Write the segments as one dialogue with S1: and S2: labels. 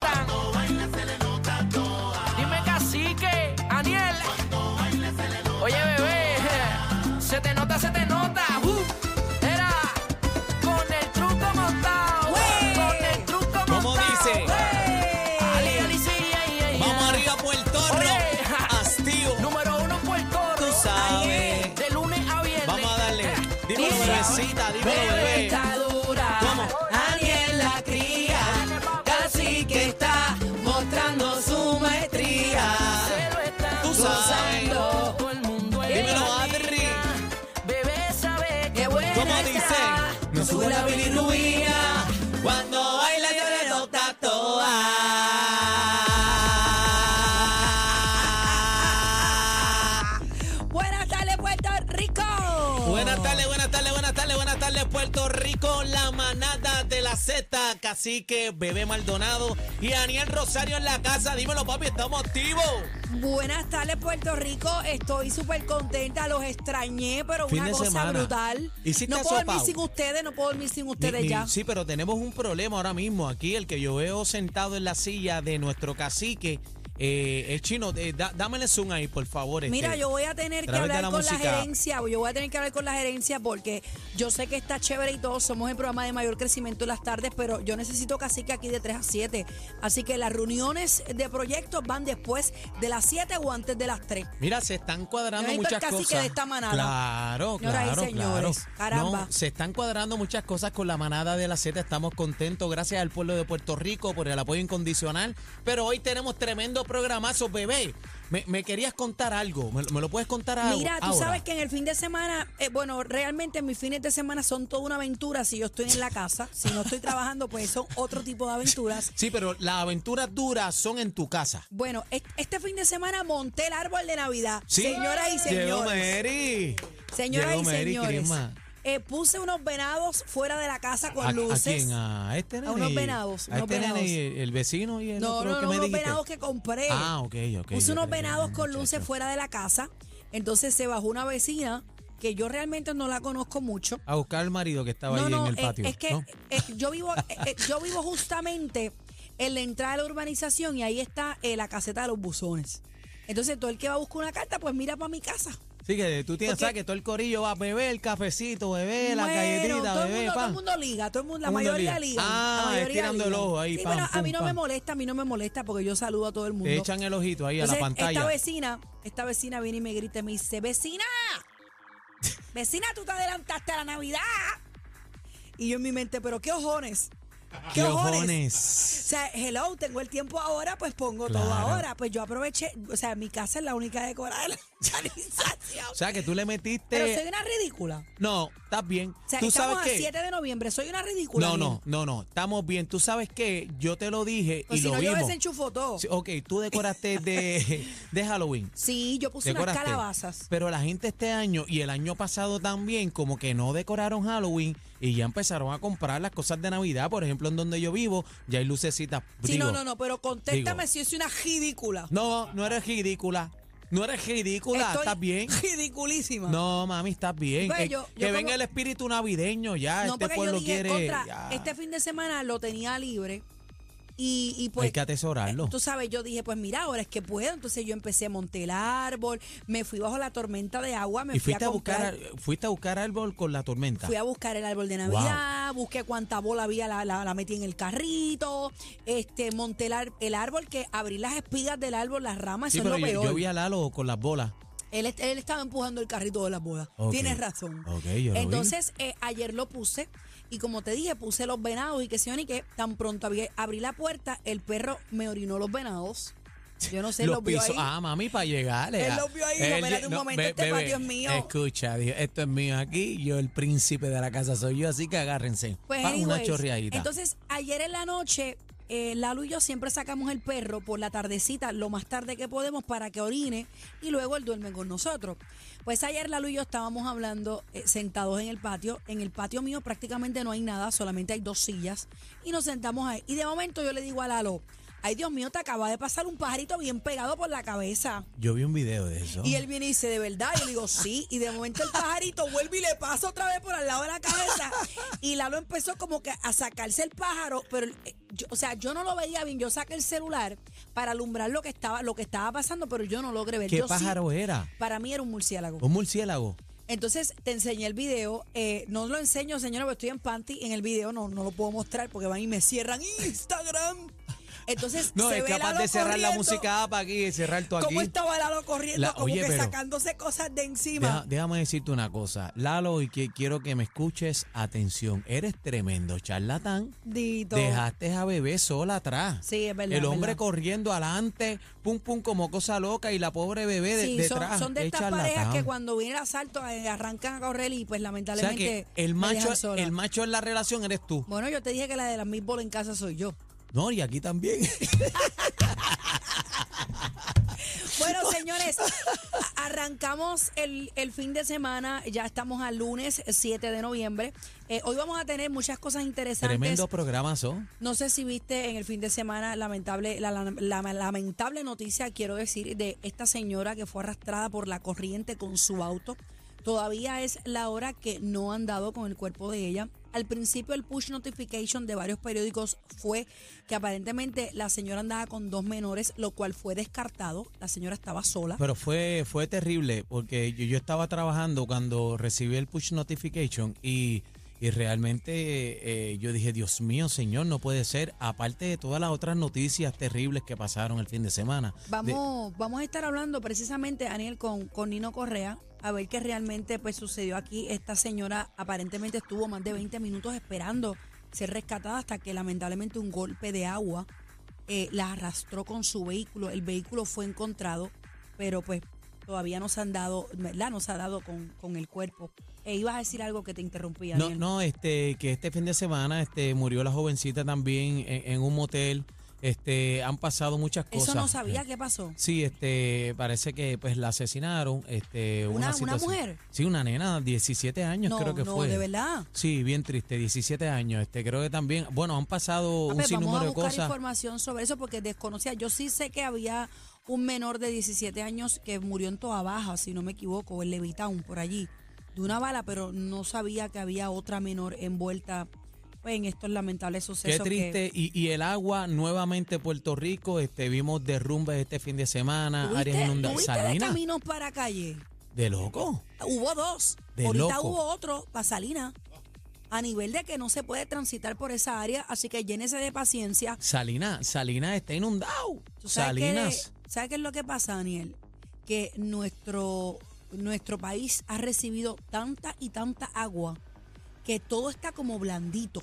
S1: Dime cacique, Aniel. Oye, bebé, se te nota, se te nota. Uh, era con el truco montado. Con el truco montado.
S2: Como dice.
S1: Ali, ali, sí, ay, ay,
S2: Vamos
S1: ay.
S2: arriba Puerto
S1: Oye.
S2: Rico, hastío.
S1: Número uno en Puerto
S2: Tú
S1: Rico.
S2: sabes.
S1: Ay, De lunes a viernes.
S2: Vamos a darle.
S1: Eh,
S2: Dímelo,
S1: tú sabes.
S2: bebecita, dímelo, bebé.
S1: está dura.
S2: Vamos.
S1: Aniel la cría. Casi que está mostrando su maestría. Se lo está
S2: Tú sabes.
S1: gozando. Todo el mundo es
S2: Dímelo,
S1: la
S2: Adri.
S1: mía. Bebé sabe que buena
S2: Como
S1: está.
S2: dice, no sube la bilirrubina. Cuando baila yo le nota toa.
S3: Buenas tardes, Puerto Rico.
S2: Buenas tardes, buenas tardes, buenas tardes, buenas tardes, Puerto Rico, la manada de la Z, cacique, bebé Maldonado y Daniel Rosario en la casa. Dímelo, papi, estamos activos.
S3: Buenas tardes, Puerto Rico. Estoy súper contenta. Los extrañé, pero
S2: Fin
S3: una
S2: de
S3: cosa
S2: semana.
S3: brutal.
S2: ¿Hiciste
S3: no puedo
S2: asopao?
S3: dormir sin ustedes, no puedo dormir sin
S2: Ni-
S3: ustedes
S2: ni-
S3: ya.
S2: Sí, pero tenemos un problema ahora mismo. Aquí el que yo veo sentado en la silla de nuestro cacique eh, es chino. eh, da- dámele zoom ahí, por favor. este.
S3: Mira, yo voy a tener que
S2: través de
S3: hablar
S2: la
S3: con la
S2: música.
S3: gerencia. Yo voy a tener que hablar con la gerencia porque yo sé que está chévere y todo. Somos el programa de mayor crecimiento en las tardes, pero yo necesito casi que aquí de 3 a 7. Así que las reuniones de proyectos van después de las 7 o antes de las 3.
S2: Mira, se están cuadrando
S3: Yo necesito
S2: muchas
S3: el cacique
S2: cosas.
S3: de esta manada.
S2: Claro,
S3: Señoras y
S2: claro, claro.
S3: señores, caramba.
S2: No, se están cuadrando muchas cosas con la manada de la Z. Estamos contentos. Gracias al pueblo de Puerto Rico por el apoyo incondicional. Pero hoy tenemos tremendo programazo, bebé. Me, me querías contar algo. ¿Me, me lo puedes contar algo?
S3: Mira, tú
S2: ahora?
S3: sabes que en el fin de semana, eh, bueno, realmente mis fines de semana son toda una aventura si yo estoy en la casa, si no estoy trabajando, pues son otro tipo de aventuras.
S2: Sí, pero las aventuras duras son en tu casa.
S3: Bueno, est- este fin de semana monté el árbol de Navidad,
S2: Sí.
S3: señoras y
S2: Llegó
S3: señores.
S2: Mary.
S3: Señoras
S2: Llegó
S3: y
S2: Merry
S3: señores.
S2: Christmas.
S3: eh, puse unos venados fuera de la casa con
S2: ¿A, a
S3: luces.
S2: quién? ¿A este nene?
S3: unos
S2: y-
S3: venados,
S2: A
S3: unos
S2: este nene
S3: venados.
S2: y el- el vecino y el
S3: No,
S2: otro
S3: no,
S2: que
S3: no,
S2: me
S3: unos
S2: dijiste.
S3: venados que compré.
S2: Ah, ok, ok.
S3: Puse
S2: Yo creí
S3: unos
S2: que
S3: venados
S2: era
S3: con
S2: muchacho.
S3: luces fuera de la casa. Entonces se bajó una vecina que yo realmente no la conozco mucho.
S2: A buscar al marido que estaba ahí en el
S3: eh,
S2: patio.
S3: Es que
S2: ¿no?
S3: eh, yo vivo, eh, eh, yo vivo justamente en la entrada de la urbanización y ahí está eh, la caseta de los buzones. Entonces todo el que va a buscar una carta, pues mira para mi casa.
S2: Sí, que tú tienes,
S3: porque-
S2: sabes que todo el corillo va a beber el cafecito, beber Eh, la
S3: Bueno,
S2: galletita,
S3: todo, el
S2: beber
S3: mundo, todo
S2: pan.
S3: el mundo liga, todo el mundo, la
S2: Todo el mundo
S3: mayoría
S2: liga.
S3: liga.
S2: Ah,
S3: la mayoría
S2: estirando el ojo ahí,
S3: Sí,
S2: pam,
S3: bueno, a
S2: pum,
S3: mí no
S2: pam.
S3: me molesta, a mí no me molesta porque yo saludo a todo el mundo.
S2: Te echan el ojito ahí a la
S3: Entonces,
S2: pantalla.
S3: Esta vecina, esta vecina viene y me grita y me dice, vecina, vecina, tú te adelantaste a la Navidad. Y yo en mi mente, pero qué ojones.
S2: ¡Qué
S3: ¿Qué, ojones? O
S2: ojones!
S3: sea, hello, tengo el tiempo ahora, pues pongo todo
S2: Claro.
S3: ahora. Pues yo aproveché, o sea, mi casa es la única decorada de la organización.
S2: O sea, que tú le
S3: pero soy
S2: metiste.
S3: una ridícula.
S2: No, estás bien.
S3: O sea,
S2: tú
S3: estamos
S2: sabes
S3: a
S2: que.
S3: 7 de noviembre, soy una ridícula.
S2: No,
S3: mía.
S2: no, no, no. Estamos bien. Tú sabes que yo te lo dije
S3: Pues
S2: y
S3: si
S2: lo
S3: no, yo
S2: vimos.
S3: desenchufo todo.
S2: Sí, ok, tú decoraste de, de Halloween.
S3: Sí, yo puse unas
S2: Decoraste.
S3: calabazas.
S2: Pero la gente este año y el año pasado también, como que no decoraron Halloween y ya empezaron a comprar las cosas de Navidad. Por ejemplo, en donde yo vivo, ya hay lucecitas.
S3: Sí,
S2: digo,
S3: no, no, no, pero contéstame
S2: digo.
S3: si yo soy una ridícula.
S2: No, no eres ridícula. No eres ridícula.
S3: Estoy
S2: ¿Estás bien?
S3: Ridiculísima.
S2: No, mami, estás bien.
S3: Pues
S2: Eh,
S3: yo- yo
S2: que venga
S3: como-
S2: el espíritu navideño ya.
S3: No,
S2: este
S3: porque yo
S2: pueblo
S3: dije,
S2: quiere.
S3: contra,
S2: ya.
S3: este fin de semana lo tenía libre y, y pues...
S2: hay que atesorarlo.
S3: Tú sabes, yo dije, pues mira, ahora es que puedo. Entonces yo empecé a montar el árbol, me fui bajo la tormenta de agua, me
S2: y
S3: fui
S2: fuiste
S3: a
S2: a,
S3: comprar,
S2: buscar, fuiste a buscar árbol con la tormenta.
S3: fui a buscar el árbol de Navidad, busqué cuánta bola había, la, la- la metí en el carrito, este, monté el, ar- el árbol, que abrí las espigas del árbol, las ramas,
S2: sí,
S3: eso
S2: pero
S3: es lo
S2: yo,
S3: peor.
S2: yo vi a Lalo con las bolas.
S3: Él, est- él estaba empujando el carrito de las bodas.
S2: Ok.
S3: Tienes razón.
S2: Ok, yo lo vi.
S3: Entonces, eh, ayer lo puse y como te dije, puse los venados y que se y que tan pronto abrí, abrí la puerta, el perro me orinó los venados. Yo no sé, los,
S2: los
S3: vio
S2: pisos.
S3: ahí.
S2: Ah, mami, ah. para llegar.
S3: Él los vio ahí, dijo, "Espérate un momento, este patio es mío".
S2: Escucha, dijo, esto es mío aquí. Yo, el príncipe de la casa, soy yo, así que agárrense.
S3: Pues
S2: Pa, una
S3: anyways,
S2: chorreadita.
S3: Entonces, ayer en la noche eh, Lalo y yo siempre sacamos el perro por la tardecita, lo más tarde que podemos, para que orine y luego él duerme con nosotros. Pues ayer Lalo y yo estábamos hablando eh, sentados en el patio. En el patio mío prácticamente no hay nada, solamente hay dos sillas. Y nos sentamos ahí. Y de momento yo le digo a Lalo, ay Dios mío, te acaba de pasar un pajarito bien pegado por la cabeza.
S2: Yo vi un video de eso.
S3: Y él viene y dice, ¿de verdad? Yo le digo, sí. Y de momento el pajarito vuelve y le pasa otra vez por al lado de la cabeza. Y Lalo empezó como que a sacarse el pájaro, pero eh, yo- o sea, yo no lo veía bien. Yo saqué el celular para alumbrar lo que estaba, lo que estaba pasando, pero yo no logré ver.
S2: ¿Qué
S3: Yo sí-
S2: pájaro Oh. era?
S3: para mí era un murciélago.
S2: ¿Un murciélago?
S3: Entonces te enseñé el video. eh, no lo enseño, señora, porque estoy en panty. En el video no, no lo puedo mostrar porque van y me cierran Instagram. Entonces
S2: No,
S3: se
S2: es
S3: ve
S2: capaz
S3: Lalo
S2: de cerrar la
S3: corriendo.
S2: música para aquí y cerrar tú aquí.
S3: ¿Cómo estaba Lalo corriendo?
S2: La-
S3: como
S2: oye,
S3: que
S2: pero-
S3: sacándose cosas de encima.
S2: Deja- déjame decirte una cosa, Lalo, y que quiero que me escuches, atención, eres tremendo charlatán.
S3: Dito.
S2: Dejaste a bebé sola atrás.
S3: Sí, es verdad,
S2: El
S3: es
S2: hombre
S3: verdad.
S2: corriendo adelante, pum pum como cosa loca y la pobre bebé de,
S3: Sí, son,
S2: detrás.
S3: son de
S2: es
S3: estas
S2: charlatán.
S3: parejas que cuando viene el asalto eh, arrancan a correr y pues
S2: o sea
S3: lamentablemente
S2: que el
S3: me dejan
S2: macho,
S3: sola.
S2: el macho en la relación eres tú.
S3: Bueno, yo te dije que la de las meatballs en casa soy yo.
S2: No, y aquí también.
S3: Bueno, señores, a- arrancamos el, el fin de semana, ya estamos al lunes 7 de noviembre. Eh, hoy vamos a tener muchas cosas interesantes.
S2: Tremendo programa son.
S3: No sé si viste en el fin de semana lamentable, la, la- la- lamentable noticia, quiero decir, de esta señora que fue arrastrada por la corriente con su auto. Todavía es la hora que no han dado con el cuerpo de ella. Al principio el push notification de varios periódicos fue que aparentemente la señora andaba con dos menores, lo cual fue descartado. La señora estaba sola.
S2: Pero fue, fue terrible porque yo, yo estaba trabajando cuando recibí el push notification y, y realmente eh, yo dije, Dios mío, señor, no puede ser. Aparte de todas las otras noticias terribles que pasaron el fin de semana. De-
S3: Vamos, vamos a estar hablando precisamente, Daniel, con, con Nino Correa, a ver qué realmente pues, sucedió aquí. Esta señora aparentemente estuvo más de 20 minutos esperando ser rescatada hasta que lamentablemente un golpe de agua eh, la arrastró con su vehículo. El vehículo fue encontrado, pero pues todavía no se han dado, ¿verdad? No se ha dado con, con el cuerpo. E ibas a decir algo que te interrumpía,
S2: no, no, este, que este fin de semana este, murió la jovencita también en, en un motel. Este, han pasado muchas cosas.
S3: Eso no sabía qué pasó.
S2: Sí, este, parece que pues la asesinaron. Este,
S3: ¿Una-
S2: una,
S3: una
S2: situación-
S3: mujer?
S2: Sí, una nena, 17 años
S3: no,
S2: creo que
S3: no,
S2: fue.
S3: de verdad.
S2: Sí, bien triste, 17 años. Este, creo que también, bueno, han pasado
S3: A
S2: un
S3: ver, Ah, pues, vamos
S2: sinnúmero
S3: a
S2: de
S3: buscar
S2: cosas.
S3: información sobre eso porque desconocía. Yo sí sé que había un menor de 17 años que murió en Toa Baja, si no me equivoco, en Levitown, por allí, de una bala, pero no sabía que había otra menor envuelta pues, en estos lamentables
S2: Qué
S3: sucesos. que-
S2: triste. Y, y el agua, nuevamente Puerto Rico, este, vimos derrumbes este fin de semana, áreas
S3: ¿Tuviste,
S2: inundadas.
S3: tuviste de
S2: Salinas,
S3: caminos para calle?
S2: de loco.
S3: Hubo dos.
S2: De
S3: Ahorita
S2: loco.
S3: hubo otro para Salina. A nivel de que no se puede transitar por esa área, así que llénese de paciencia.
S2: Salinas, Salinas está inundado.
S3: ¿Tú sabes qué-
S2: Salinas.
S3: ¿Sabes qué es lo que pasa, Daniel? Que nuestro, nuestro país ha recibido tanta y tanta agua que todo está como blandito.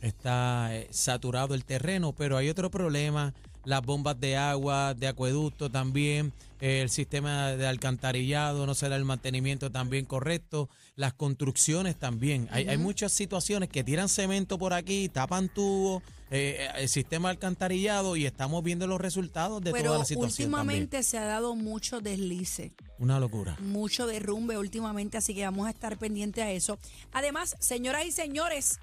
S2: Está eh, saturado el terreno, pero hay otro problema. Las bombas de agua, de acueducto también, eh, el sistema de alcantarillado, no será el mantenimiento también correcto, las construcciones también. Hay, hay muchas situaciones que tiran cemento por aquí, tapan tubos, eh, el sistema alcantarillado y estamos viendo los resultados de toda
S3: Pero
S2: la situación.
S3: últimamente se ha dado mucho deslice,
S2: también. Una locura.
S3: mucho derrumbe últimamente, así que vamos a estar pendientes a eso. Además, señoras y señores,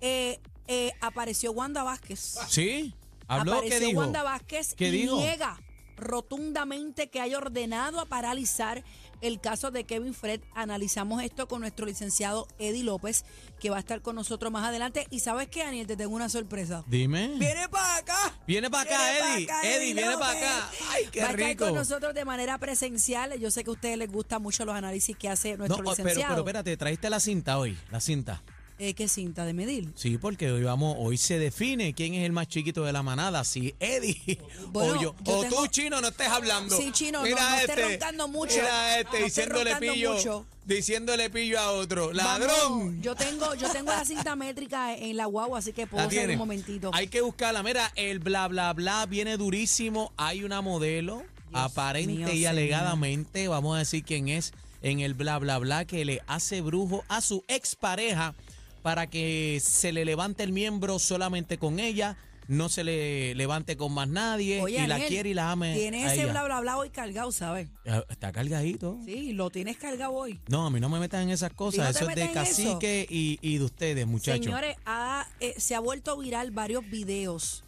S3: eh, eh, apareció Wanda Vázquez.
S2: ¿Sí? ¿Habló que
S3: apareció
S2: dijo?
S3: Wanda Vázquez
S2: ¿Qué
S3: y
S2: dijo?
S3: niega rotundamente que haya ordenado a paralizar el caso de Kevin Fred. Analizamos esto con nuestro licenciado Eddie López, que va a estar con nosotros más adelante. Y sabes qué, Daniel, te tengo una sorpresa.
S2: Dime.
S3: ¡Viene para acá!
S2: Viene para acá,
S3: Viene pa'
S2: Eddie. Eddie, viene para
S3: López.
S2: acá. Ay, qué
S3: Va a estar con
S2: rico.
S3: nosotros de manera presencial. Yo sé que a ustedes les gustan mucho los análisis que hace
S2: No,
S3: nuestro
S2: oh, pero,
S3: licenciado.
S2: pero espérate, traíste la cinta hoy, la cinta.
S3: Eh, ¿Qué cinta de medir?
S2: Sí, porque hoy vamos, hoy se define quién es el más chiquito de la manada, si Eddie
S3: Bueno,
S2: o yo.
S3: yo
S2: o
S3: tengo-
S2: tú, Chino, no estés hablando. este,
S3: Sí, Chino, no- no estés roncando mucho.
S2: Mira este,
S3: No estés
S2: diciéndole
S3: roncando
S2: pillo,
S3: mucho.
S2: diciéndole pillo a otro.
S3: Vamos,
S2: ¡Ladrón!
S3: yo tengo, yo tengo la cinta métrica en la guagua, así que puedo
S2: La
S3: hacer
S2: tiene.
S3: un momentito.
S2: Hay que buscarla. Mira, el bla, bla, bla viene durísimo. Hay una modelo, aparente
S3: mío,
S2: y
S3: señor.
S2: alegadamente, vamos a decir quién es, en el bla, bla, bla, que le hace brujo a su expareja para que se le levante el miembro solamente con ella. no se le levante con más nadie
S3: Oye,
S2: y la
S3: Aniel,
S2: quiere y la ame.
S3: Tienes
S2: a
S3: ese
S2: ella.
S3: bla bla bla hoy cargado, ¿sabes?
S2: Ah, Está cargadito.
S3: Sí, lo tienes cargado hoy.
S2: No, a mí no me metan en esas
S3: Sí, no
S2: cosas.
S3: te
S2: eso es de
S3: metas en eso.
S2: cacique y, y de ustedes, muchachos.
S3: Señores, ha- eh, se ha vuelto viral varios videos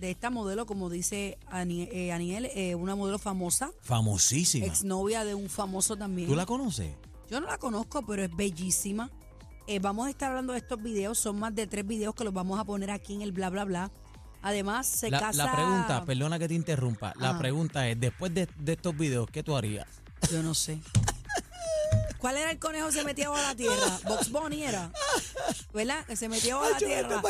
S3: de esta modelo, como dice Ani- eh, Aniel, eh, una modelo famosa,
S2: Famosísima.
S3: exnovia de un famoso también.
S2: ¿Tú la conoces?
S3: Yo no la conozco, pero es bellísima. Eh, vamos a estar hablando de estos videos, son más de tres videos que los vamos a poner aquí en el bla bla bla. Además, se
S2: La,
S3: casa.
S2: la pregunta, perdona que te interrumpa. La
S3: Ajá.
S2: pregunta es, después de, de estos videos, ¿qué tú harías?
S3: Yo no sé. ¿Cuál era el conejo que se metía bajo la tierra? Box Bunny era. ¿Verdad? Que se metía bajo la tierra.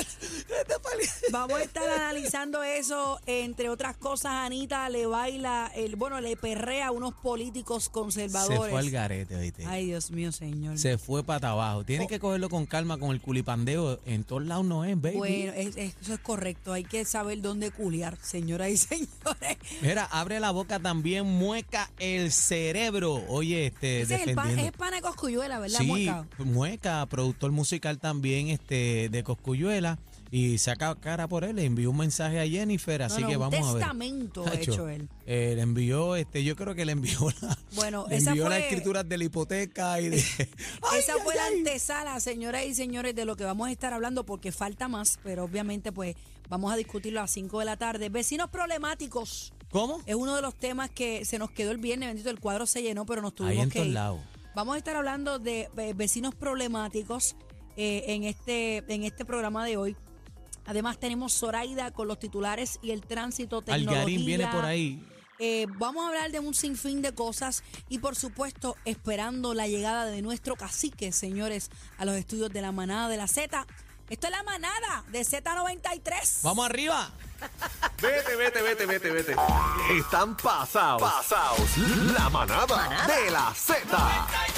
S3: Vamos a estar analizando eso. Entre otras cosas, Anita le baila, el, bueno, le perrea a unos políticos
S2: Se
S3: conservadores.
S2: fue al garete, ¿viste?
S3: Ay, Dios mío, Oh. señor.
S2: Se fue para abajo. Tienes que cogerlo con calma con el culipandeo. En todos lados no es, baby.
S3: Bueno, eh. es- es- eso es correcto. Hay que saber dónde culiar, señoras y señores.
S2: Mira, abre la boca también, mueca el cerebro. Oye, este,
S3: Ese es el pan,
S2: defendiendo.
S3: es el pana de Coscuyuela, ¿verdad?
S2: sí,
S3: Muecao?
S2: Mueca, productor musical también este de Coscuyuela. Y saca cara por él, le envió un mensaje a Jennifer, así
S3: no,
S2: que
S3: no, un
S2: vamos a ver.
S3: testamento ha
S2: Tacho,
S3: hecho él.
S2: eh, le envió, este, yo creo que le envió la,
S3: Bueno,
S2: le
S3: esa
S2: envió
S3: fue-
S2: las escrituras de la hipoteca y de. Ay,
S3: Esa
S2: ay,
S3: fue la
S2: ay.
S3: antesala, señoras y señores, de lo que vamos a estar hablando porque falta más, pero obviamente pues vamos a discutirlo a las 5 de la tarde. Vecinos problemáticos
S2: ¿Cómo?
S3: es uno de los temas que se nos quedó el viernes, bendito, el cuadro se llenó, pero nos tuvimos
S2: Ahí en
S3: que
S2: todos
S3: ir.
S2: lados.
S3: Vamos a estar hablando de eh, vecinos problemáticos eh, en, este, en este programa de hoy. Además tenemos Zoraida con los titulares y el tránsito tecnología.
S2: Algarín viene por ahí.
S3: Eh, vamos a hablar de un sinfín de cosas y por supuesto esperando la llegada de nuestro cacique, señores, a los estudios de la manada de la Z. Esto es la manada de Z93.
S2: Vamos arriba.
S4: Vete, vete, vete, vete, vete. Están pasados. Pasados. La manada, de la Z.